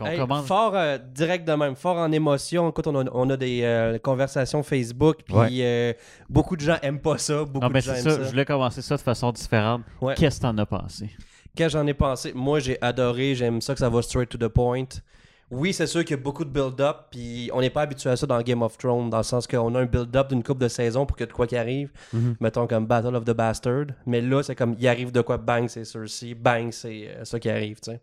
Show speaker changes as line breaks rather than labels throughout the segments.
on
Hey,
commence.
Fort euh, direct de même, fort en émotion. Écoute, on a, on a des euh, conversations Facebook, puis
Ouais.
euh, beaucoup de gens aiment pas ça. Beaucoup
Non, mais
de gens
c'est
aiment
ça,
ça.
Je voulais commencer ça de façon différente.
Ouais.
Qu'est-ce que t'en as pensé?
Quand j'en ai pensé, moi j'ai adoré, j'aime ça que ça va straight to the point. Oui, c'est sûr qu'il y a beaucoup de build-up, puis on n'est pas habitué à ça dans Game of Thrones, dans le sens qu'on a un build-up d'une coupe de saison pour que de quoi qu'il arrive, mettons comme Battle of the Bastard, mais là c'est comme il arrive de quoi, bang, c'est ceci, bang, c'est euh, ça qui arrive, tu sais.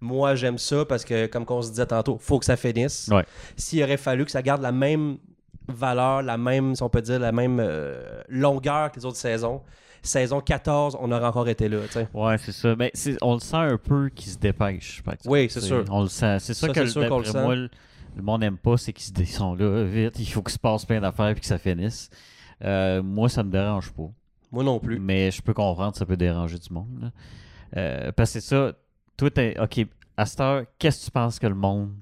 Moi j'aime ça parce que, comme on se disait tantôt, faut que ça finisse.
Ouais.
S'il aurait fallu que ça garde la même valeur, la même, si on peut dire, la même euh, longueur que les autres saisons, saison 14, on aurait encore été là, tu sais.
Ouais, c'est ça. Mais c'est- on le sent un peu qu'il se dépêche. par exemple.
Oui, c'est sûr.
On le sent. C'est ça,
Ça,
que
c'est sûr qu'on le
d'après
sent.
moi, le, le monde n'aime pas, c'est qu'ils se dé- ils sont là vite. Il faut qu'il se passe plein d'affaires et que ça finisse. Euh, moi, ça me dérange pas.
Moi non plus.
Mais je peux comprendre, que ça peut déranger du monde. là. Euh, parce que c'est ça. Toi, t'es- OK, à cette heure, qu'est-ce que tu penses que le monde.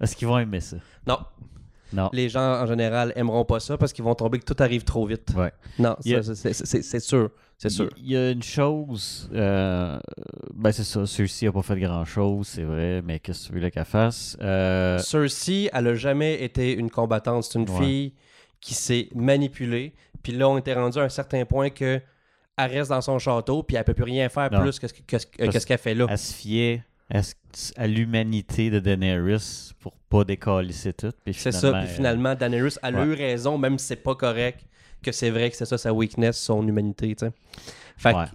Est-ce qu'ils vont aimer ça?
Non.
Non.
Les gens en général aimeront pas ça parce qu'ils vont tomber que tout arrive trop vite.
Ouais.
Non, ça,
Yeah.
c'est- c'est c'est- c'est sûr. C'est sûr.
Il il y a une chose, euh, ben c'est ça, celui-ci n'a pas fait grand-chose, c'est vrai, mais qu'est-ce que tu voulais qu'elle fasse? Euh,
Cersei, elle a jamais été une combattante. C'est une
Ouais.
fille qui s'est manipulée. Puis là, on était rendu à un certain point que elle reste dans son château puis elle peut plus rien faire
Non.
plus que ce que- que ce- euh,
Parce-
que ce qu'elle fait là.
elle se fiait à, ce- à l'humanité de Daenerys pour pas décalisser tout. puis
C'est ça.
finalement, euh,
Puis finalement, Daenerys, elle a
Ouais.
eu raison, même si c'est pas correct, que c'est vrai que c'est ça sa weakness, son humanité. tu sais. Fait
elle-
que
ouais.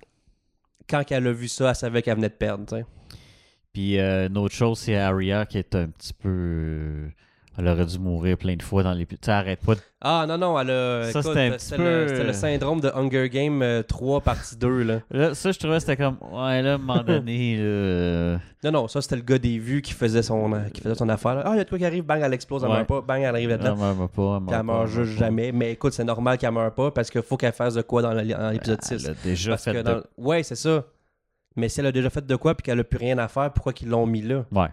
quand elle a vu ça, elle savait qu'elle venait de perdre. tu sais.
Puis euh, une autre chose, c'est Arya qui est un petit peu... euh, Elle aurait dû mourir plein de fois dans les... Tu sais, arrête pas de...
Ah non, non, elle a.
Ça,
écoute, euh,
c'était un petit
c'était
peu-
le, c'était le syndrome de Hunger Game euh, 3 partie 2. Là.
Là, ça, je trouvais, c'était comme... Ouais, là, à un moment donné, là,
Non, non, ça c'était le gars des vues qui faisait son, euh, qui faisait son affaire. là. Ah, il y a de quoi qui arrive, bang, elle explose, elle
Ouais.
meurt pas, bang, elle arrive
elle
là-dedans.
meurt pas, elle meurt
Puis elle
pas,
meurt
meurt
juste
pas.
jamais. Mais écoute, c'est normal qu'elle meurt pas parce qu'il faut qu'elle fasse de quoi dans le- dans l'épisode 6.
Ah, Elle a déjà
Parce
fait
que
de
dans- Ouais, c'est ça. Mais si elle a déjà fait de quoi puis qu'elle a plus rien à faire, pourquoi qu'ils l'ont mis là?
Ouais.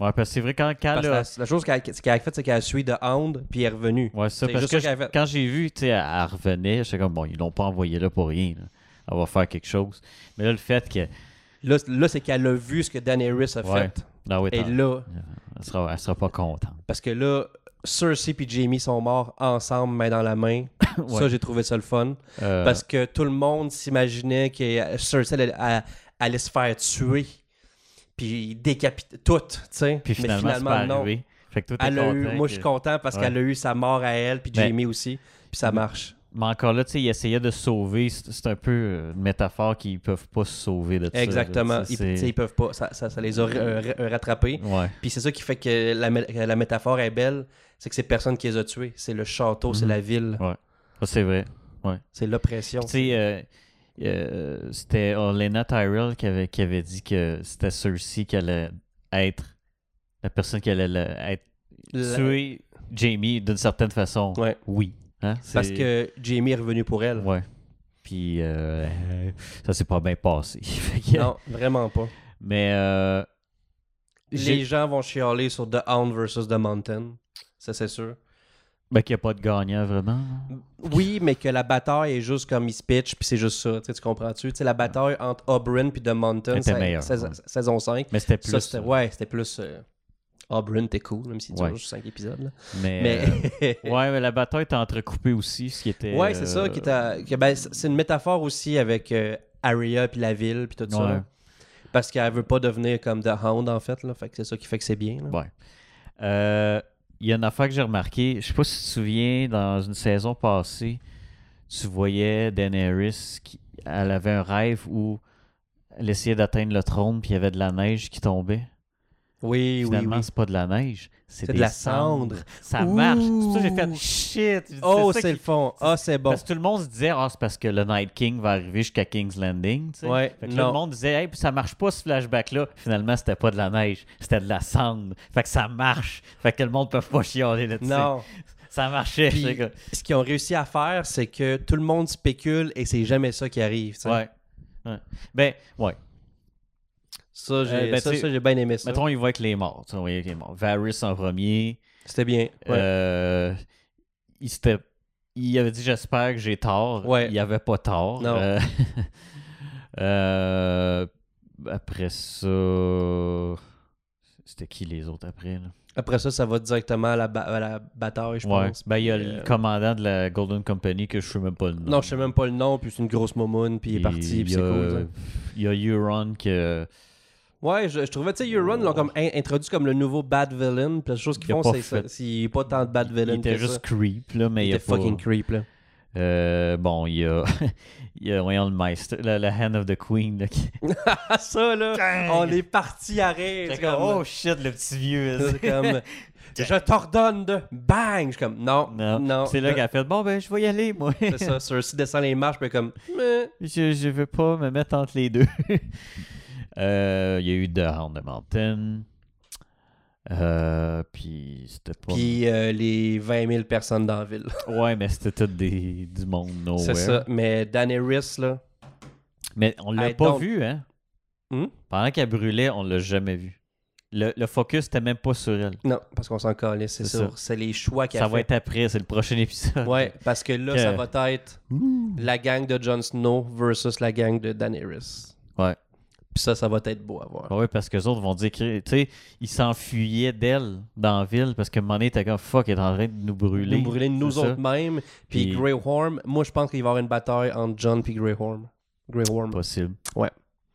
Ouais, parce que c'est vrai, quand, quand
Parce que
là-
la, la chose qu'elle qu'elle a faite, c'est qu'elle suit de Hound puis elle est revenue.
Ouais, c'est ça,
C'est
parce
juste
que
ça qu'elle
je-
fait.
quand j'ai vu, tu sais, elle- elle revenait, j'étais comme, bon, ils l'ont pas envoyé là pour rien. là. Elle va faire quelque chose. Mais là, le fait que.
Là, c- là, c'est qu'elle a vu ce que Daenerys a
ah Ouais.
fait.
Non, oui,
Et
t'en-
là,
elle, sera, elle sera pas contente.
Parce que là, Cersei et Jamie sont morts ensemble, main dans la main. Ça,
Ouais.
j'ai trouvé ça le fun.
Euh,
Parce que tout le monde s'imaginait que Cersei allait, elle- allait se faire tuer. Puis décapiter toutes, tu sais.
Puis
Mais
finalement, c'est pas arrivé. Fait que toi, t'es
Elle a eu-
content
moi, je suis
que-
content parce
Ouais.
qu'elle a eu sa mort à elle, puis
Mais- Mm.
Jamie aussi. Puis ça marche.
Mais encore là, tu sais, ils essayaient de se sauver. C'est c'est un peu euh, une métaphore qu'ils peuvent pas se sauver de ça. Mm. là.
Exactement.
Tu
Ils,
sais,
tu sais, ils peuvent pas. Ça, ça- ça les a ra- ra- euh, rattrapés.
Ouais.
Puis c'est ça qui fait que la, mé- que la métaphore est belle. C'est que c'est personne qui les a tués. C'est le château,
Mm.
c'est la ville,
Ça, c'est vrai.
c'est l'oppression.
Tu sais, euh, euh, c'était Olena Tyrell qui avait, qui avait dit que c'était Cersei qui allait être la personne qui allait le- être
La-
tuer Jamie d'une certaine façon.
Ouais.
Oui. Hein, c'est-
Parce que Jamie est revenu pour elle.
Ouais. Puis euh, ça s'est pas bien passé. Fait que-
Non, vraiment pas.
Mais euh, j'ai-
Les gens vont chialer sur The Hound versus The Mountain. Ça, c'est sûr.
ben, qu'il n'y a pas de gagnant vraiment.
Oui, mais que la bataille est juste comme il se pitch, puis c'est juste ça. Tu sais, tu comprends-tu? Tu sais, la bataille entre Oberyn puis The Mountain,
Était
sa-
meilleure,
saison,
ouais.
saison 5.
Mais c'était plus.
Ça, c'était, ouais, c'était plus. euh, Oberyn, t'es cool, même si tu
Ouais.
vois juste 5 épisodes. là.
Mais,
Mais.
euh, ouais, mais la bataille était entrecoupée aussi, ce qui était.
ouais, c'est ça.
euh,
Qui t'a- que, ben, c'est c'est une métaphore aussi avec euh, Arya puis la ville, puis tout ça.
Ouais.
là. Parce qu'elle veut pas devenir comme The Hound, en fait. Là. Fait que c'est ça qui fait que c'est bien. là.
Ouais. Euh, Il y a une affaire que j'ai remarqué. Je sais pas si tu te souviens, dans une saison passée, tu voyais Daenerys, qui, elle avait un rêve où elle essayait d'atteindre le trône, puis il y avait de la neige qui tombait.
Oui, oui,
Finalement,
oui.
c'est pas de la neige, c'est
C'est
des
de la
cendres.
cendre.
Ça marche. C'est pour ça que j'ai
Ouh.
fait shit.
Oh,
ça
c'est le
qui-
fond. Ah, c'est bon.
Parce que tout le monde se disait, ah, c'est parce que le Night King va arriver jusqu'à King's Landing. tu sais.
Ouais,
Fait que là,
non.
le monde disait, hey, puis ça marche pas ce flashback-là. Finalement, c'était pas de la neige, c'était de la cendre. Fait que ça marche. Fait que le monde peut pas chialer là-dessus.
Non.
Ça marchait.
Puis,
c'est que-
ce qu'ils ont réussi à faire, c'est que tout le monde spécule et c'est jamais ça qui arrive. tu sais.
Ouais. Ouais. Ben, ouais.
Ça, j'ai
Euh, ben,
ça,
tu sais,
ça, j'ai bien aimé ça.
Mettons, il va avec les morts. tu sais, On voyait avec les morts. Varys en premier.
C'était bien. Ouais.
Euh, il s'était- il avait dit j'espère que j'ai tort.
Ouais.
Il avait pas tort.
Non.
Euh, euh, après ça, C'était qui les autres après? Là?
Après ça, ça va directement à la, ba- à la bataille, je
ouais.
pense.
Ben, il y a
Puis,
le
euh,
commandant de la Golden Company que je sais même pas le nom.
Non, je sais même pas le nom, puis c'est une grosse momoune, puis il est parti,
y
puis c'est
a- euh,
cool. ça.
Il y a Euron que.
Ouais, je, je trouvais, tu sais, Euron l'ont comme in- introduit comme le nouveau bad villain, puis la chose qu'ils
Il a
font,
pas
c'est ça.
fait.
C'est pas tant de bad villain
il était
que
juste
ça.
creep, là, mais
Il
il y a
était
pas-
fucking creep, là.
Euh, bon, il y a. il y a voyons, le Meister, la, la Hand of the Queen. Là, qui...
Ah, ça, là,
Dang!
on est parti à rire.
J'étais
C'est
comme,
comme,
oh shit, le petit vieux.
c'est comme, je t'ordonne de bang. Je suis comme, non, non.
Non. C'est là qu'elle a fait Bon, ben, je vais y aller, moi.
C'est ça, Cersei descend les marches, puis comme, Meh.
je, je veux pas me mettre entre les deux. Euh, Il y a eu The Hound of Mountain. Euh, puis c'était pas.
Puis euh, les 20 000 personnes dans la ville.
Ouais, mais c'était tout des, du monde nowhere.
C'est ça. Mais Daenerys, là,
Mais on l'a
I
pas
don't-
vu, hein.
Hmm?
Pendant qu'elle brûlait, on l'a jamais vu. Le, le focus était même pas sur elle.
non, parce qu'on s'en calait, c'est
C'est
sûr. C'est les choix qu'elle
Ça
a
va
fait.
être après, c'est le prochain épisode.
Ouais, parce que là,
Que-
ça va être la gang de Jon Snow versus la gang de Daenerys.
Ouais.
Puis ça, ça va être beau à voir.
Ah Ouais, parce que les autres vont dire, que- tu sais, ils s'enfuyaient d'elle dans la ville parce que un moment donné, t'es comme fuck, elle est en train de nous brûler.
Nous brûler nous
C'est ça.
autres mêmes. Puis
Puis-
Grey Worm, moi je pense qu'il va y avoir une bataille entre John puis Grey Worm. Grey Worm,
Possible.
Ouais.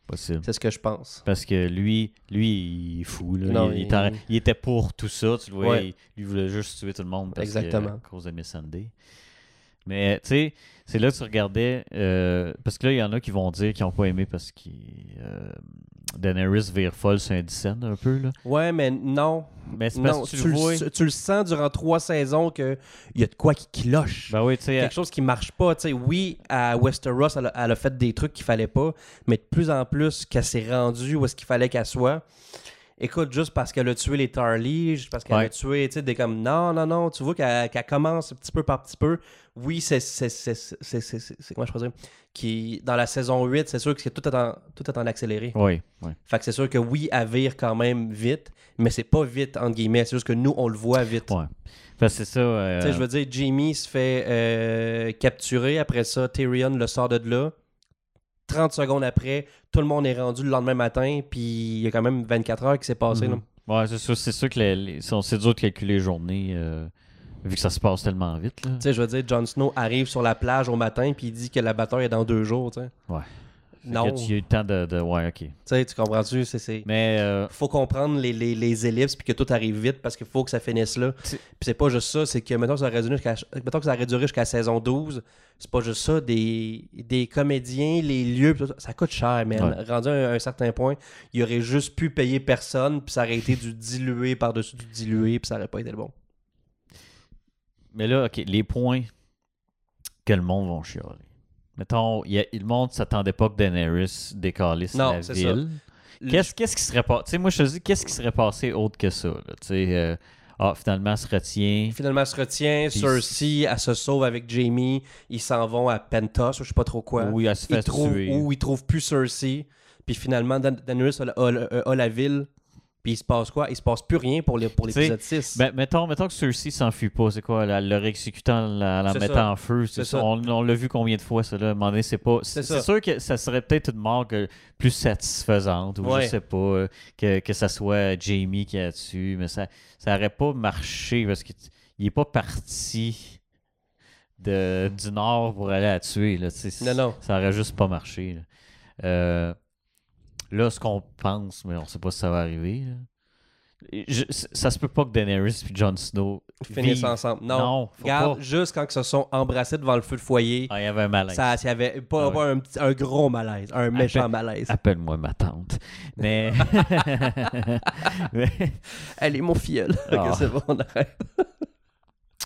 Possible.
c'est ce que je pense.
Parce que lui, lui, il est fou. Là.
Non,
il, il
il-
était- il était pour tout ça, tu le vois.
Ouais.
il- lui voulait juste tuer tout le monde parce que-
Exactement.
à cause de Miss Sunday. Mais tu sais, c'est là que tu regardais. euh, parce que là, il y en a qui vont dire qu'ils n'ont pas aimé parce que euh, Daenerys vire folle sur un dixaine un peu. Là.
Ouais, mais non.
Mais c'est parce
non
que tu le vois.
s- tu le sens durant trois saisons qu'il y a de quoi qui cloche.
Ben oui, tu sais,
Quelque chose qui marche pas. Tu sais, oui, à Westeros, elle a, elle a fait des trucs qu'il fallait pas, mais de plus en plus qu'elle s'est rendue où est-ce qu'il fallait qu'elle soit. Écoute, juste parce qu'elle a tué les Tarly, juste parce qu'elle
Ouais.
a tué, tu sais, des comme non, non, non, tu vois qu'elle qu'elle commence petit peu par petit peu. Oui, c'est. c'est- c'est- c'est- c'est- c'est- c'est- Comment je pourrais dire qui, Dans la saison 8, c'est sûr que c'est- tout est en, tout est en accéléré.
Oui, oui.
Fait que c'est sûr que oui, elle vire quand même vite, mais c'est pas vite, entre guillemets. C'est juste que nous, on le voit vite.
Ouais. Parce que c'est ça. euh,
Tu sais, je veux dire, Jamie se fait euh, capturer. Après ça, Tyrion le sort de là. 30 secondes après, tout le monde est rendu le lendemain matin, puis il y a quand même 24 heures qui s'est passé. là.
Mhm. Ouais, c'est sûr, c'est sûr que les, les- c'est c'est dur de calculer les journées euh, vu que ça se passe tellement vite. Là.
Tu sais, je veux dire, Jon Snow arrive sur la plage au matin, puis il dit que la bataille est dans deux jours, tu sais.
Ouais. Fait
Non,
que
tu
tu as eu le temps de. de- ouais, ok.
sais, tu comprends-tu? C'est- c'est-
Mais euh,
faut comprendre les, les, les ellipses puis que tout arrive vite parce qu'il faut que ça finisse là.
Tu-
Puis c'est pas juste ça, c'est que maintenant ça aurait duré jusqu'à mettons que ça aurait duré jusqu'à saison 12, c'est pas juste ça des, des comédiens, les lieux, pis tout ça, ça coûte cher man.
Ouais.
Rendu à un, un certain point, il aurait juste pu payer personne puis ça aurait été du dilué par-dessus du dilué puis ça aurait pas été le bon.
Mais là, OK, les points que le monde vont chialer. Mettons, il y a- le monde s'attendait pas que Daenerys décalisse
Non,
la
c'est
ville.
Le-
Qu'est-ce qu'est-ce qui serait passé? Tu sais, moi, je te dis, qu'est-ce qui serait passé autre que ça? là? Tu sais, euh, ah, finalement, elle se retient.
Finalement, elle se retient,
Puis-
Cersei, elle se sauve avec Jamie, ils s'en vont à Pentos, ou je sais pas trop quoi.
Oui, elle se
ils
fait
trouvent,
tuer.
où ils trouvent plus Cersei. Puis finalement, Dan- Daenerys a, la- a la- a la ville. Puis il se passe quoi? Il se passe plus rien pour les- pour
Tu sais,
l'épisode 6.
Ben, mettons, mettons que ceux-ci s'enfuient pas. C'est quoi? Elle l'aurait exécuté en la, la
C'est
mettant
ça.
en feu. C'est
C'est
ça.
ça.
On, on l'a vu combien de fois, ça, là. À un moment donné, c'est pas. C'est
C'est
c'est
ça.
sûr que ça serait peut-être une mort que- plus satisfaisante, ou
Ouais.
je sais pas, euh, que, que ça soit Jamie qui a dessus, mais ça, ça aurait pas marché parce qu'il il est pas parti de, du nord pour aller la tuer, là. Tu sais,
Non, non.
Ça aurait juste pas marché, là. Euh, là, ce qu'on pense, mais on sait pas si ça va arriver, là. Je- c- ça se peut pas que Daenerys et Jon Snow
Ils finissent
vivent.
ensemble. Non.
Non, faut
Regarde,
pas.
juste quand ils se sont embrassés devant le feu de foyer,
Ah, il y avait un malaise.
ça, il y avait pas,
Ah ouais.
pas un, petit- un gros malaise, un méchant
Appelle-
malaise.
Appelle-moi ma tante. Mais. Mais-
Allez, mon filleul.
Ah.
Ok, c'est bon, on arrête.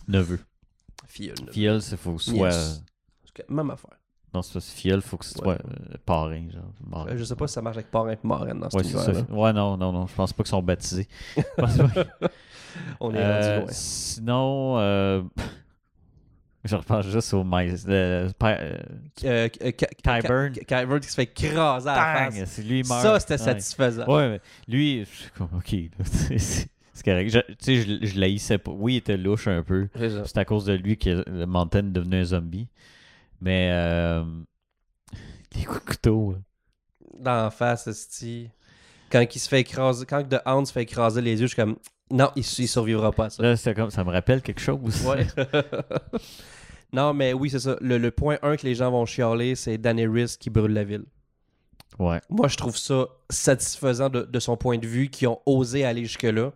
Neveu.
Filleul. là.
Fiole, c'est faut que ce soit. euh,
Yes. C'est Même affaire.
Non, c'est pas fiole, faut que ce soit
Ouais.
euh, parrain, genre. marrain.
Euh, Je sais pas si ça marche avec parrain et marraine dans ce
Ouais, c'est ça.
univers-là.
Ouais, non, non, non. Je pense pas qu'ils sont baptisés. Je pense pas
On est
Euh,
rendu loin.
Sinon, euh, je repense juste au Miles.
Euh, Ky- Ky-
Kyburn.
Ky- Kyburn qui se fait craser à Ah, la face.
c'est lui, il meurt.
Ça, c'était
Ouais.
satisfaisant.
Ouais, mais lui, je suis comme, ok, là, c'est- c'est c'est correct. Je- Tu sais, je, je l'haïssais pas. Oui, il était louche un peu.
C'est ça.
C'est à cause de lui que le Mountain est devenu un zombie. Mais euh, les coups de couteau. là.
D'en face, esti. Quand il se fait écraser, quand The Hound se fait écraser les yeux, je suis comme non, il, il survivra pas à ça.
Là, c'est comme ça me rappelle quelque chose.
Ouais. non, mais oui, c'est ça. Le, le point 1 que les gens vont chialer, c'est Daenerys qui brûle la ville.
Ouais.
Moi, je trouve ça satisfaisant de, de son point de vue qu'ils ont osé aller jusque-là.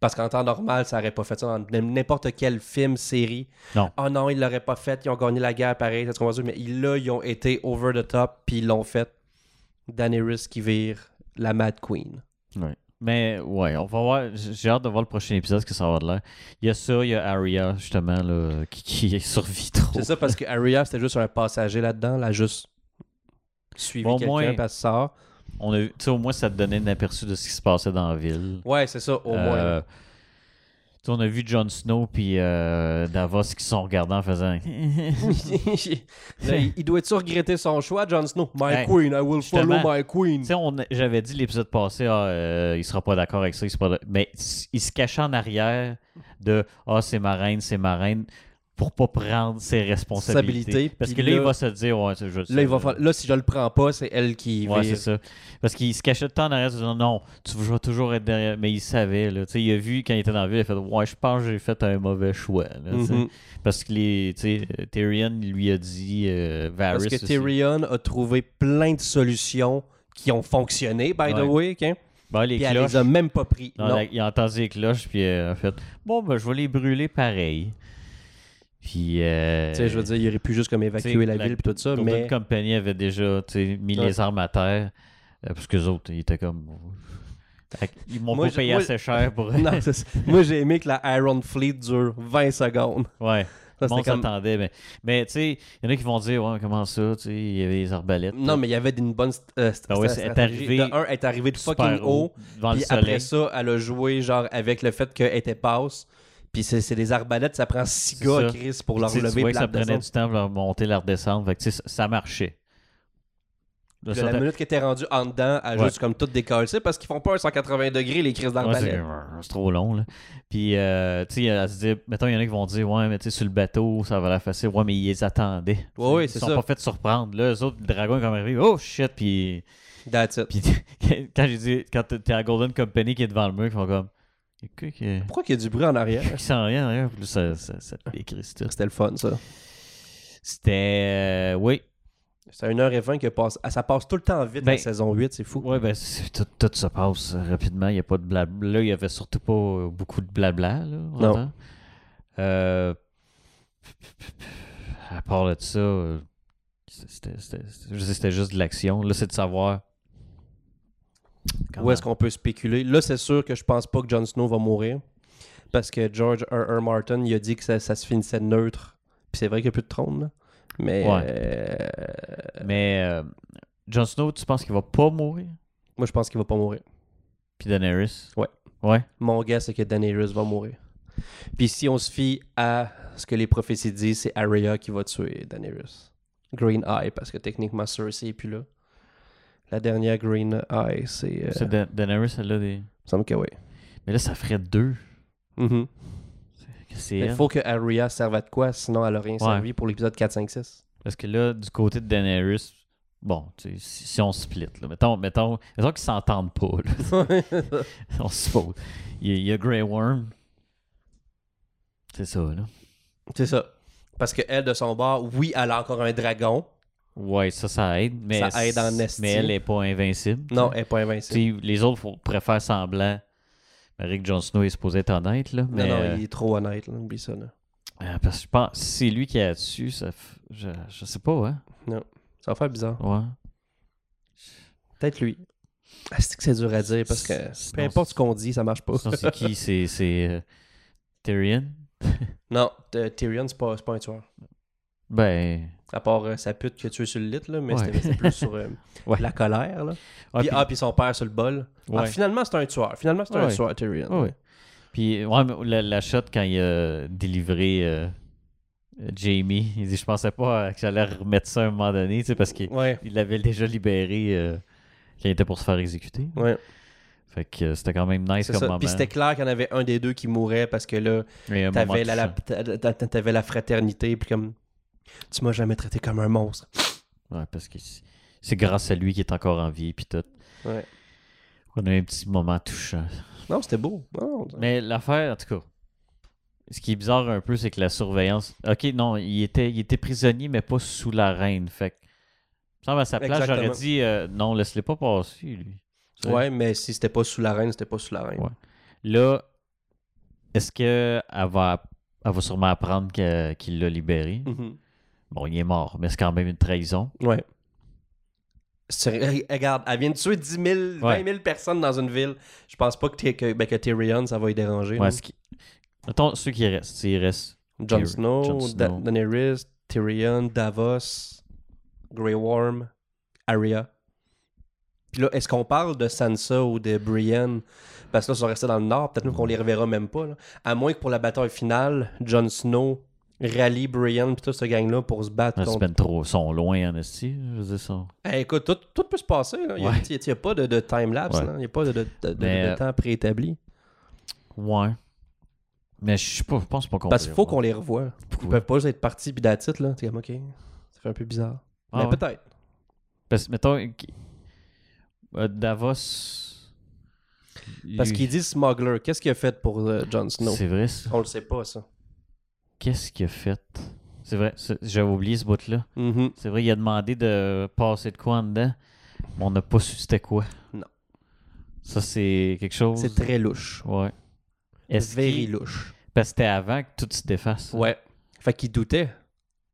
Parce qu'en temps normal, ça aurait pas fait ça dans n- n'importe quel film, série.
Non.
Oh non, ils l'auraient pas fait, ils ont gagné la guerre pareil, c'est ce qu'on va dire. Mais ils- là, ils ont été over the top, puis ils l'ont fait. Daenerys qui vire la Mad Queen.
Ouais. Mais ouais, on va voir. J- J'ai hâte de voir le prochain épisode ce que ça va de l'air. Il y a ça, il y a Arya justement là, qui, qui survit trop.
C'est ça parce que Arya, c'était juste un passager là-dedans, elle a juste suivi
Bon,
quelqu'un,
moins-
puis elle sort.
On a, eu- tu sais, au moins ça te donnait un aperçu de ce qui se passait dans la ville.
Ouais, c'est ça, au moins.
Euh, tu sais, on a vu Jon Snow puis euh, Davos qui sont regardant en faisant.
Là, il, il doit être sûr regretter son choix, Jon Snow. My
Hey,
queen, I will follow
Ben, justement,
my queen.
Tu sais, on- j'avais dit l'épisode passé, ah, euh, il sera pas d'accord avec ça, il sera pas d'ac- mais s- il se cachait en arrière de ah c'est ma reine, c'est ma reine pour pas prendre ses responsabilités.
Responsabilités,
Parce que
puis
là,
là-
il va se dire ouais, c'est- je,
Là, il va faire- là, si je le prends pas, c'est elle qui
Ouais,
vire.
c'est ça. Parce qu'il se cachait tout le temps en arrière, se disant non, tu vas toujours être derrière. Mais il savait, là. Tu sais, il a vu quand il était dans la ville, il a fait Ouais, je pense que j'ai fait un mauvais choix. là, tu sais.
Mhm.
Parce que les, tu sais, euh, Tyrion lui a dit euh, Varys.
Parce que
aussi.
Tyrion a trouvé plein de solutions qui ont fonctionné, by the
Ouais.
way. ok?
Bon, les
Puis elle
cloches.
les a même pas pris.
Non,
Non.
la- il a entendu les cloches, puis euh, en fait Bon, ben, je vais les brûler pareil. Puis. euh,
Tu sais, je veux dire, il aurait pu juste comme
tu
évacuer
sais,
la,
la-
ville puis tout ça,
Golden
mais...
Company avait déjà tu sais, mis
Ouais.
les armes à terre. euh, parce que les autres, ils étaient comme. euh, Fait que Ils m'ont
Moi,
pas
j'ai-
payé
moi-
assez cher pour.
Non, c'est ça. Moi, j'ai aimé que la Iron Fleet dure 20 secondes.
ouais.
Ça,
Bon, on
c'était comme-
s'attendait, mais, mais tu sais, il y en a qui vont dire, ouais, comment ça, tu sais, il y avait les arbalètes.
Non, mais il y avait une bonne... st- euh, st-
Ben ouais,
st-
c'est- elle est
stratégie.
arrivée
De un, elle est arrivée de
super
fucking haut.
devant
Puis
le soleil.
après ça, elle a joué genre avec le fait qu'elle était passe. Puis c'est c'est des arbalètes, ça prend 6
C'est
gars à
ça.
Chris pour leur
Tu sais, tu
lever
vois
puis
que ça
la
prenait
redescendre.
du temps pour leur monter, la redescendre. Fait que, tu sais, ça, ça marchait. Là,
Puis
ça
là, la
t'a-
minute qui était rendue en dedans, elle
Ouais.
juste comme tout décollée parce qu'ils font pas un 180 degrés les crises
Ouais, c'est
d'arbalète.
c'est trop long, là. Puis, euh, tu sais, elle se dit, mettons, il y en a qui vont dire, ouais, mais tu sais, sur le bateau, ça va la facile. Ouais, mais ils les attendaient.
Ouais, ouais,
ils
c'est
sont
ça.
pas fait surprendre. Là, eux autres, le dragon est comme arrivé, oh shit, puis
That's it.
Puis quand j'ai dit, quand t'es à Golden Company qui est devant le mur, ils font comme. Il y a quoi qui,
Pourquoi qu'il y a du bruit en arrière?
qui sent rien, rien. Puis là, hein, ça, ça, ça décrit ça.
C'était le fun, ça.
C'était. euh, oui.
C'est à 1h20 que passe. ah, ça passe tout le temps vite
Ben-
la saison 8, c'est fou.
Ouais, ben, c'est- tout, tout se passe rapidement. Il n'y a pas de blabla. Là, il n'y avait surtout pas euh, beaucoup de blabla. Là, on
Non.
entend. Euh, à part de ça, euh, c'était, c'était- c'était- je veux dire, c'était juste de l'action. Là, c'est de savoir.
Où est-ce qu'on peut spéculer? Là, c'est sûr que je pense pas que Jon Snow va mourir. Parce que George R. R. Martin, il a dit que ça, ça se finissait neutre. Puis c'est vrai qu'il n'y a plus de trône, là. Mais
Ouais.
euh,
Mais euh, Jon Snow, tu penses qu'il va pas mourir?
moi, je pense qu'il va pas mourir.
Puis Daenerys.
Ouais.
Ouais.
Mon gars, c'est que Daenerys va mourir. Puis si on se fie à ce que les prophéties disent, c'est Arya qui va tuer Daenerys. Green Eye, parce que techniquement Cersei est plus là. La dernière Green Eye, c'est. euh,
C'est Da- Daenerys, elle a des.
il me semble que oui.
Mais là, ça ferait deux.
Mhm.
que c'est
Mais
elle.
Il faut que Arya serve à de quoi, sinon elle n'a rien servi pour l'épisode 4, 5, 6.
Parce que là, du côté de Daenerys, bon, tu sais, si, si on split, là, mettons, mettons, mettons qu'ils s'entendent pas, là, on suppose. Il y a- il y, a Grey Worm. C'est ça, là.
c'est ça. Parce que elle, de son bord, oui, elle a encore un dragon.
Ouais, ça, ça aide. Mais
Ça aide en
c-
esti.
Mais elle est pas invincible.
Non, elle n'est pas
Tu
invincible.
sais, les autres faut, préfèrent semblant. Rick Jon Snow est supposé être honnête, là. Mais,
non, non,
euh,
il est trop honnête, là, oublie ça. là.
Euh, parce que je pense si c'est lui qui a dessus, ça f- je, je sais pas, hein?
Ça va faire bizarre.
Ouais.
Peut-être lui. Ah, C'est que c'est dur à dire parce que peu
Sinon,
importe ce qu'on dit, ça marche pas.
Sinon, c'est qui? C'est, c'est euh, Tyrion?
Non, T- Tyrion, c'est pas, c'est pas un tueur.
Ben.
À part euh, sa pute qui a tué sur le lit, là, mais
Ouais.
c'était c'était plus sur euh,
Ouais.
la colère. Là.
ouais,
puis, ah, puis son père sur le bol.
ouais.
Ah, finalement, c'est un tueur. Finalement, c'est un
Ouais.
tueur, Tyrion.
Ouais, ouais. Puis, ouais, mais la, la shot quand il a délivré euh, euh, Jamie, il dit Je pensais pas euh, que j'allais remettre ça à un moment donné, tu sais, parce qu'il
Ouais,
il l'avait déjà libéré euh, quand il était pour se faire exécuter.
ouais,
Fait que euh, c'était quand même nice
c'est
comme
ça.
moment.
Puis c'était clair qu'il y en avait un des deux qui mourait parce que là,
Mais un moment
t'avais la, la,
touchant.
t'a- t'a- t'avais la fraternité. Puis comme, tu m'as jamais traité comme un monstre.
Ouais, parce que c'est- c'est grâce à lui qu'il est encore en vie, puis tout.
Ouais.
On a eu un petit moment touchant.
Non, c'était beau. Non, non.
Mais l'affaire, en tout cas, ce qui est bizarre un peu, c'est que la surveillance. Ok, non, il était, il était prisonnier, mais pas sous la reine. Fait que, il me semble à sa place,
Exactement.
j'aurais dit euh, non, laisse-le pas passer, lui. c'est-
ouais, mais si c'était pas sous la reine, c'était pas sous la reine.
Ouais. Là, est-ce qu'elle va, elle va sûrement apprendre que- qu'il l'a libéré?
Mhm.
Bon, il est mort, mais c'est quand même une trahison.
Ouais. C'est- Regarde, elle vient de tuer 10 000, 20 000 personnes dans une ville. Je pense pas que, Ty- que- ben, que Tyrion, ça va y déranger.
Ouais,
là.
ce qui- Mettons, ceux qui restent, s'ils restent.
Jon
Tyr-
Snow,
Jon
Da-
Snow.
Daenerys, Tyrion, Davos, Grey Worm, Arya. Puis là, est-ce qu'on parle de Sansa ou de Brienne? Parce que là, ils sont restés dans le Nord, peut-être nous qu'on les reverra même pas. là. À moins que pour la bataille finale, Jon Snow rallie Brienne puis toute ce gang-là pour se battre
Là, c'est
contre...
ben trop, sont loin en esti, je veux dire, sont-
Eh, écoute, tout, tout peut se passer. là. Il n'y a,
Ouais.
il y a- il y a pas de, de time-lapse.
Ouais.
là. Il n'y a pas de, de- de- de-
Mais,
de
euh,
temps préétabli.
Ouais. Mais je sais pas, je pense pas qu'on.
Parce
les
qu'il faut
revoit.
qu'on les revoie. Ils
Pourquoi?
peuvent pas juste être partis puis d'attitude. là. C'est comme, OK, ça fait un peu bizarre.
Ah
Mais
ouais.
peut-être.
Parce que, mettons, euh, qui- euh, Davos.
Parce
lui-
qu'il dit smuggler. Qu'est-ce qu'il a fait pour euh, Jon Snow
C'est vrai, ça.
On le sait pas, ça.
Qu'est-ce qu'il a fait C'est vrai, ça- j'avais oublié ce bout-là.
Mm-hmm.
C'est vrai, il a demandé de passer de quoi en dedans, mais on n'a pas su c'était quoi.
Non.
Ça, c'est quelque chose.
C'est très louche.
Ouais. Est-ce
Very
qu'il-
louche.
Parce que c'était avant que tout se défasse.
Ouais. Fait qu'il doutait.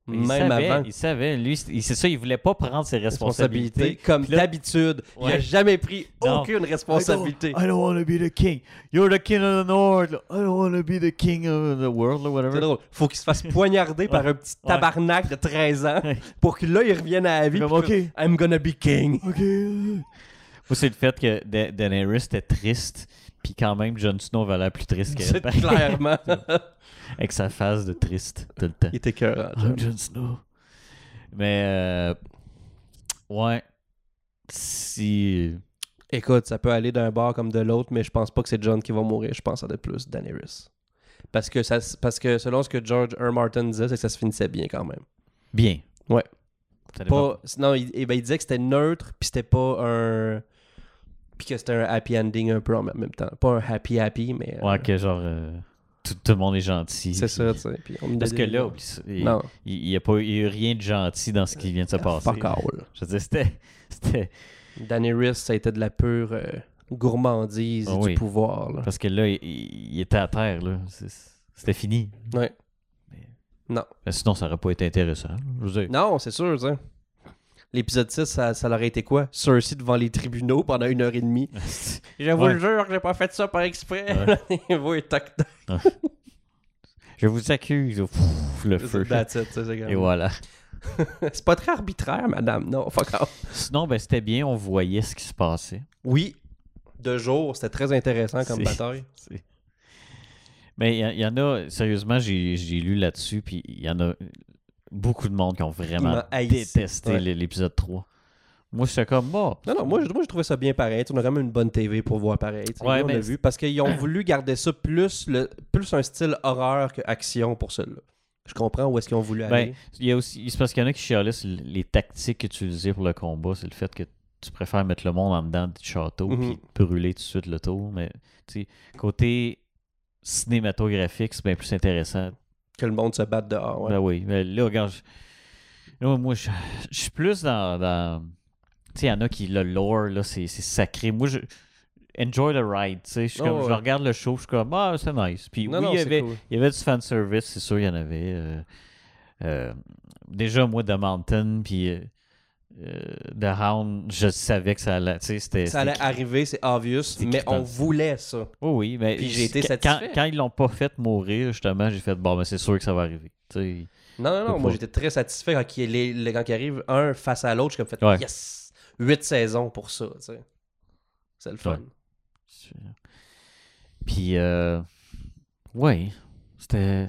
Il
Même
savait,
avant.
Il savait, lui, c'est il- c'est ça, il voulait pas prendre ses
Responsabilité,
responsabilités.
comme
Puis là-
d'habitude. Il a
Ouais.
jamais pris
Non.
aucune responsabilité.
I don't want to be the king. You're the king of the north. I don't want to be the king of the world or
C'est
whatever.
drôle. Faut qu'il se fasse poignarder par un petit tabarnak de 13 ans pour que là, il revienne à la vie.
Comme,
puis que- I'm gonna be king.
OK. Moi, c'est le fait que Da- Daenerys était triste, puis quand même, Jon Snow avait l'air plus triste
C'est
qu'elle.
clairement.
Avec sa phase de triste tout le temps.
il était cœur.
I'm hein, Jon Snow. Mais, euh, ouais. Si.
Écoute, ça peut aller d'un bord comme de l'autre, mais je pense pas que c'est John qui va mourir. Je pense que ça doit être plus Daenerys. Parce que, ça, s- parce que selon ce que George R. Martin disait, c'est que ça se finissait bien quand même.
Bien.
Ouais.
Ça dépend.
Pas, non, il, eh ben, il disait que c'était neutre, puis c'était pas un. Puis que c'était un happy ending un peu en même temps. Pas un happy happy, mais. euh,
Ouais, que genre. euh, tout, tout le monde est gentil.
C'est
puis-
ça, tu sais. puis on me
Parce que
donnait-
là, oublie ça, il
Non,
il- il y a pas il y a eu rien de gentil dans ce qui vient de se passer.
fuck all.
Je veux dire, c'était. c'était-
Daenerys, ça a été de la pure euh, gourmandise et
Ah oui.
du pouvoir. Là.
Parce que là, il, il- il était à terre, là. C'est- C'était fini.
Ouais.
Ben, sinon, ça aurait pas été intéressant. Je veux dire,
Non, c'est sûr, tu sais. L'épisode 6, ça, ça aurait été quoi? Cersei devant les tribunaux pendant une heure et demie. Je vous
Ouais.
le jure que j'ai pas fait ça par exprès. Vous, tac, tac.
je vous accuse. Pff, le feu.
That's it, tu sais, c'est comme-
Et voilà.
C'est pas très arbitraire, madame. Non, fuck off.
Sinon, ben, c'était bien, on voyait ce qui se passait.
Oui, de jour, c'était très intéressant comme
C'est-
bataille.
C'est- Mais il y a- il y, en a, sérieusement, j'ai j'ai lu là-dessus, puis il y en a beaucoup de monde qui ont
Ils
vraiment
m'ont haïssé.
détesté
Ouais.
l'é- l'épisode 3. Moi, j'étais comme, bon.
Non, non, moi, je- moi, je trouvais ça bien pareil. On a quand même une bonne TV pour voir pareil. tu sais.
Ouais,
Nous, on
mais
a vu. Parce qu'ils ont voulu garder ça plus, le, plus un style horreur que action pour celui-là. Je comprends où est-ce qu'ils ont voulu
Ben,
aller.
Il y a aussi, c'est parce qu'il y en a qui chialaient sur les tactiques utilisées pour le combat. C'est le fait que tu préfères mettre le monde en dedans du château
Mhm.
puis brûler tout de suite le tour. Mais tu sais, côté cinématographique, c'est bien plus intéressant.
Que le monde se batte dehors. ouais.
Ben oui. Mais là, regarde, je- là, moi, je, je suis plus dans. dans- Tu sais, il y en a qui, le lore, là, c'est c'est sacré. Moi, je. Enjoy the ride, tu sais. Je, suis
Oh,
comme- je
ouais.
regarde le show, je suis comme, ah, c'est nice. Puis
Non,
oui,
non,
il y
c'est
avait,
cool.
il y avait du fanservice, c'est sûr, il y en avait. euh, euh, déjà, moi, The Mountain, puis euh, euh, The Hound, je savais que ça allait. tu sais, c'était-
Ça allait
c'était-
arriver, c'est obvious,
c'était
mais
écrit
on
dans-
voulait ça.
Oui, oui, mais
Puis j'ai été
quand-
satisfait.
Quand, quand ils l'ont pas fait mourir, justement, j'ai fait, bon, mais c'est sûr que ça va arriver. tu sais.
Non, non,
Faut
non. Moi,
pas-
j'étais très satisfait quand il, les, les- quand il arrive un face à l'autre. Je suis comme fait
Ouais.
yes, huit saisons pour ça. tu sais. C'est le fun.
Ouais. Puis, euh, ouais, c'était.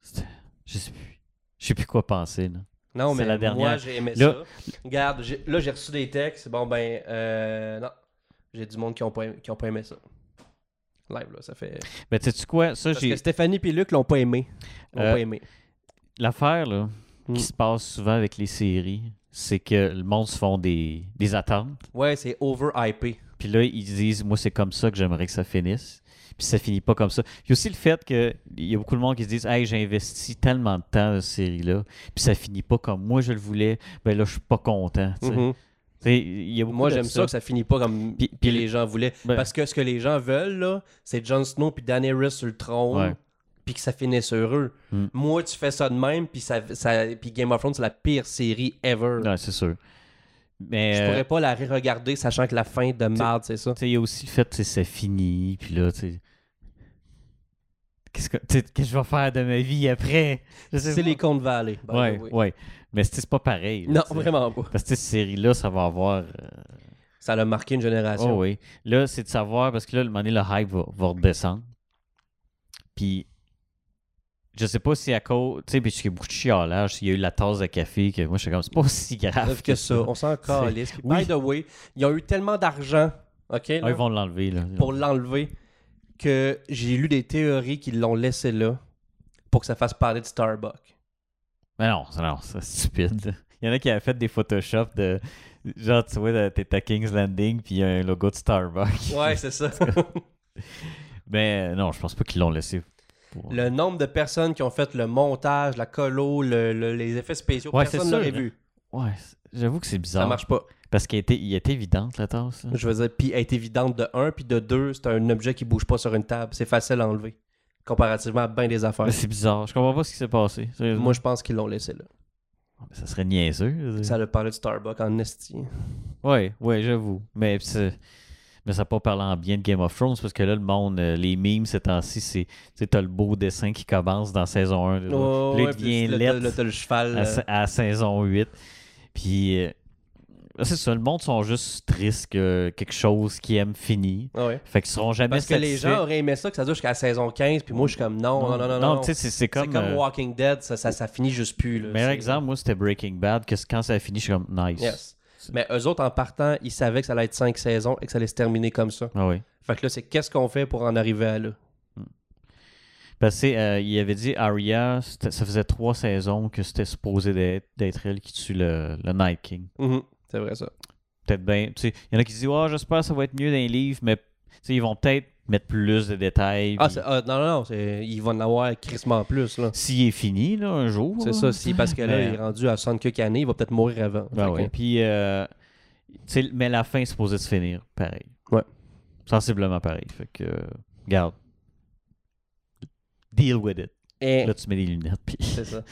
c'était- Je sais plus. Je sais plus quoi penser, là.
Non,
C'est
mais
la
moi,
dernière.
j'ai aimé
Là-
ça. Regarde, j'ai- là, j'ai reçu des textes. Bon, ben, euh, non. J'ai du monde qui ont, pas aimé, qui ont pas aimé ça. Live, là, ça fait.
Mais tu sais quoi, ça,
Parce
j'ai.
que Stéphanie et Luc l'ont pas aimé. L'ont
Euh,
pas aimé.
L'affaire, là,
Mm.
qui se passe souvent avec les séries, c'est que le monde se font des, des attentes.
Ouais, c'est over-hypé.
Puis là, ils disent, moi, c'est comme ça que j'aimerais que ça finisse. Puis ça finit pas comme ça. Puis aussi le fait qu'il y a beaucoup de monde qui se disent, hey, j'ai investi tellement de temps dans cette série-là, puis ça finit pas comme moi je le voulais, ben là, je suis pas content. tu sais.
Mhm.
Tu sais, il y a beaucoup
Moi,
de
j'aime ça que ça finit pas comme
Puis-
puis,
puis-
les gens voulaient.
Ben.
Parce que ce que les gens veulent, là, c'est Jon Snow puis Daenerys sur le
Ouais.
trône, puis que ça finisse heureux.
Mm.
Moi, tu fais ça de même, puis ça, ça, puis Game of Thrones, c'est la pire série ever.
Non, c'est sûr. Mais.
Je
euh,
pourrais pas la re-regarder sachant que la fin de marde, c'est ça.
Tu sais, il y a aussi le fait que c'est fini, puis là, tu sais. Qu'est-ce que, tu sais, qu'est-ce que je vais faire de ma vie après? Je sais
C'est
pas.
les Contes Valley. by the
Ouais,
way.
ouais. Mais c'est c'est pas pareil. là,
Ben Non,
tu sais.
vraiment pas.
Parce que tu sais, cette série-là, ça va avoir. euh,
Ça a marqué une génération.
Oh oui. Là, c'est de savoir, parce que là, le moment donné, le hype va, va redescendre. Puis, je sais pas si à cause. Tu sais, parce qu'il y a beaucoup de chialage, il y a eu la tasse de café, que moi, je suis comme, c'est pas aussi grave
Sauf que ça, on s'en calisse. Puis,
Oui.
By the way, ils ont eu tellement d'argent, OK, là,
Ah, ils vont l'enlever, là.
pour l'enlever, que j'ai lu des théories qui l'ont laissé là pour que ça fasse parler de Starbucks.
Mais non, c'est- non, c'est stupide. Il y en a qui avaient fait des Photoshop de. Genre, tu vois, là, t'es à King's Landing, puis il y a un logo de Starbucks.
Ouais, c'est ça.
Mais euh, non, je pense pas qu'ils l'ont laissé. pour-
le nombre de personnes qui ont fait le montage, la colo, le- le- les effets spéciaux,
Ouais,
personne
c'est
ne l'aurait
sûr,
vu.
Ouais, c'est- j'avoue que c'est bizarre.
Ça marche pas.
Parce qu'elle était, il était évidente, la tasse. là.
Je veux dire, puis elle est évidente de un, puis de deux, c'est un objet qui bouge pas sur une table. C'est facile à enlever, comparativement à bien des affaires.
Mais C'est bizarre. Je comprends pas ce qui s'est passé. sérieusement.
Moi, je pense qu'ils l'ont laissé là.
Ça serait niaiseux.
Ça a parlé de Starbucks en esti.
Ouais, ouais, j'avoue. Mais c'est- mais ça pas parlant bien de Game of Thrones parce que là, le monde, euh, les memes ces temps-ci, c'est. Tu sais, t'as le beau dessin qui commence dans saison 1. Là, Puis
Ouais,
là,
ouais,
il
puis
devient
là,
laid.
t'as- là, t'as le cheval.
à,
euh,
sa- à saison 8. Puis, euh, c'est ça, le monde sont juste tristes que quelque chose qu'ils aiment finit.
ah ouais.
Fait qu'ils seront jamais
Parce que les
satisfaits.
gens auraient aimé ça, que ça dure jusqu'à la saison 15, puis moi, je suis comme non, non, non, non. non.
tu sais, c'est- c'est
C'est
comme.
comme,
euh,
Walking Dead, ça, ça, ça finit juste plus. là.
meilleur
C'est-
exemple, moi, c'était Breaking Bad, que quand ça a fini, je suis comme nice.
Yes.
C'est-
Mais eux autres, en partant, ils savaient que ça allait être 5 saisons et que ça allait se terminer comme ça.
Ah oui.
Fait que là, c'est qu'est-ce qu'on fait pour en arriver à là?
Parce que, euh, il avait dit Arya, c'était- ça faisait trois saisons que c'était supposé d'être d'être elle qui tue le, le Night King.
Mhm. C'est vrai, ça.
Peut-être bien. tu sais, Il y en a qui disent Oh, j'espère que ça va être mieux dans les livres, mais tu sais, ils vont peut-être mettre plus de détails.
Ah,
puis-
c'est- ah, non, non, non, c'est- ils vont en avoir crissement plus, là.
S'il est fini, là, un jour.
C'est
là.
ça, si, parce que là,
Mais-
il est rendu à 60 quelques années, il va peut-être mourir avant.
Ben
Fait que-
ouais. Puis, euh, tu sais, mais la fin est supposée se finir pareil.
Ouais.
Sensiblement pareil. Fait que, euh, garde. Deal with it.
Eh,
Là, tu mets des lunettes. Puis...
C'est ça.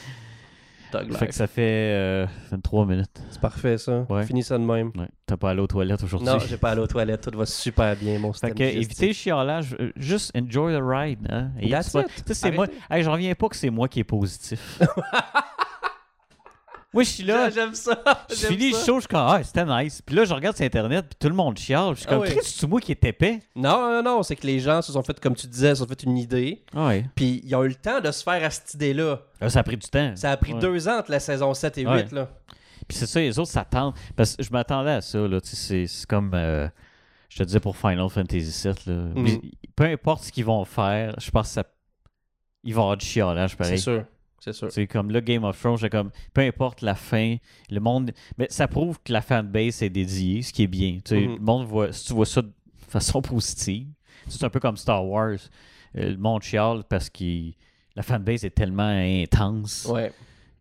Dog
Fait que
life.
ça fait, euh, ça fait trois minutes.
C'est parfait, ça.
Ouais.
Finis ça de même.
Ouais. T'as pas allé aux toilettes aujourd'hui.
Non, j'ai pas allé aux toilettes, tout va super bien,
Fait
mon système
que, évitez le
digestif.
chiolage. euh, Juste enjoy the ride. Hein? Et
That's
pas-
it.
Tu sais, c'est moi. Hey, j'en reviens pas que c'est moi qui est positif. moi, je suis là.
Ah, J'aime ça.
Je
j'aime
finis le
ça.
show, je suis comme, ah, c'était nice. Puis là, je regarde sur Internet, puis tout le monde chiale. Puis je suis
Ah
comme,
oui.
Chris, c'est moi qui est épais.
Non, non, non, c'est que les gens se sont fait, comme tu disais, se sont fait une idée.
Ouais.
Puis ils ont eu le temps de se faire à cette idée-là.
Là, Ah, ça a pris du temps.
Ça a pris
Ouais.
deux ans entre la saison 7 et 8.
Ouais.
Là.
Puis c'est ça, les autres s'attendent. Parce que je m'attendais à ça, là. Tu sais, c'est- c'est comme, euh, je te disais pour Final Fantasy VII, là.
Mm.
Puis, peu importe ce qu'ils vont faire, je pense que ça. Ils vont avoir du chialage,
C'est
pareil.
sûr. C'est sûr.
C'est comme là, Game of Thrones, c'est comme, peu importe la fin, le monde. Mais ça prouve que la fanbase est dédiée, ce qui est bien. Tu sais,
Mhm.
Le monde voit, si tu vois ça de façon positive, c'est un peu comme Star Wars. Euh, le monde chiale parce que la fanbase est tellement intense
Ouais.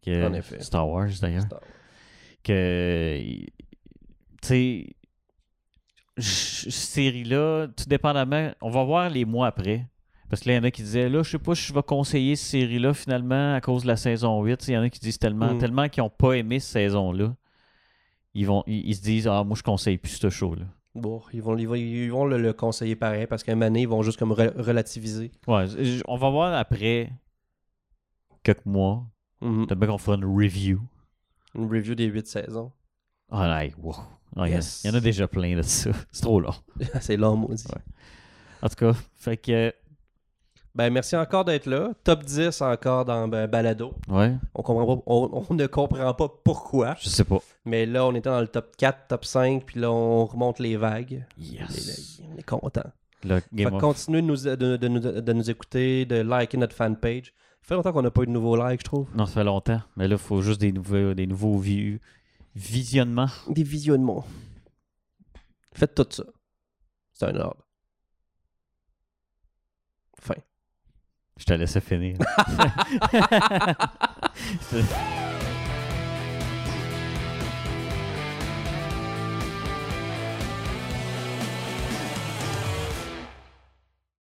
que
en effet.
Star Wars d'ailleurs
Star Wars.
que tu sais ch- série là tout dépendamment on va voir les mois après parce que là, il y en a qui disaient, là, je sais pas si je vais conseiller cette série-là, finalement, à cause de la saison 8. Tu sais, Il y en a qui disent tellement,
Mm.
tellement qu'ils n'ont pas aimé cette saison-là. Ils, vont, ils, ils se disent, ah, moi, je conseille plus ce show-là.
Bon, ils vont, ils vont, ils vont le, le conseiller pareil parce qu'à un moment donné, ils vont juste comme re- relativiser.
Ouais, j- on va voir après quelques mois.
Mhm.
Peut-être bien qu'on fera une review.
Une review des 8 saisons.
Ah, là, hey, wow. Ah, il y en-
Yes.
il y en a déjà plein de ça. C'est trop long.
c'est long, maudit.
Ouais. En tout cas, fait que,
Ben, merci encore d'être là. Top 10 encore dans ben, Balado.
ouais,
On, comprend pas, on, on ne comprend pas pourquoi.
je sais pas.
Mais là, on était dans le top 4, top 5, puis là, on remonte les vagues. Et là,
Yes.
on est content.
Le
Fait
Game
que
of-
continuez de nous, de, de nous- de nous écouter, de liker notre fanpage. Ça fait longtemps qu'on n'a pas eu de nouveaux likes, je trouve.
Non, ça fait longtemps. Mais là, il faut juste des nouveaux, des nouveaux vi- visionnements.
Des visionnements. Faites tout ça. C'est un ordre. Fin.
Je te laissais finir.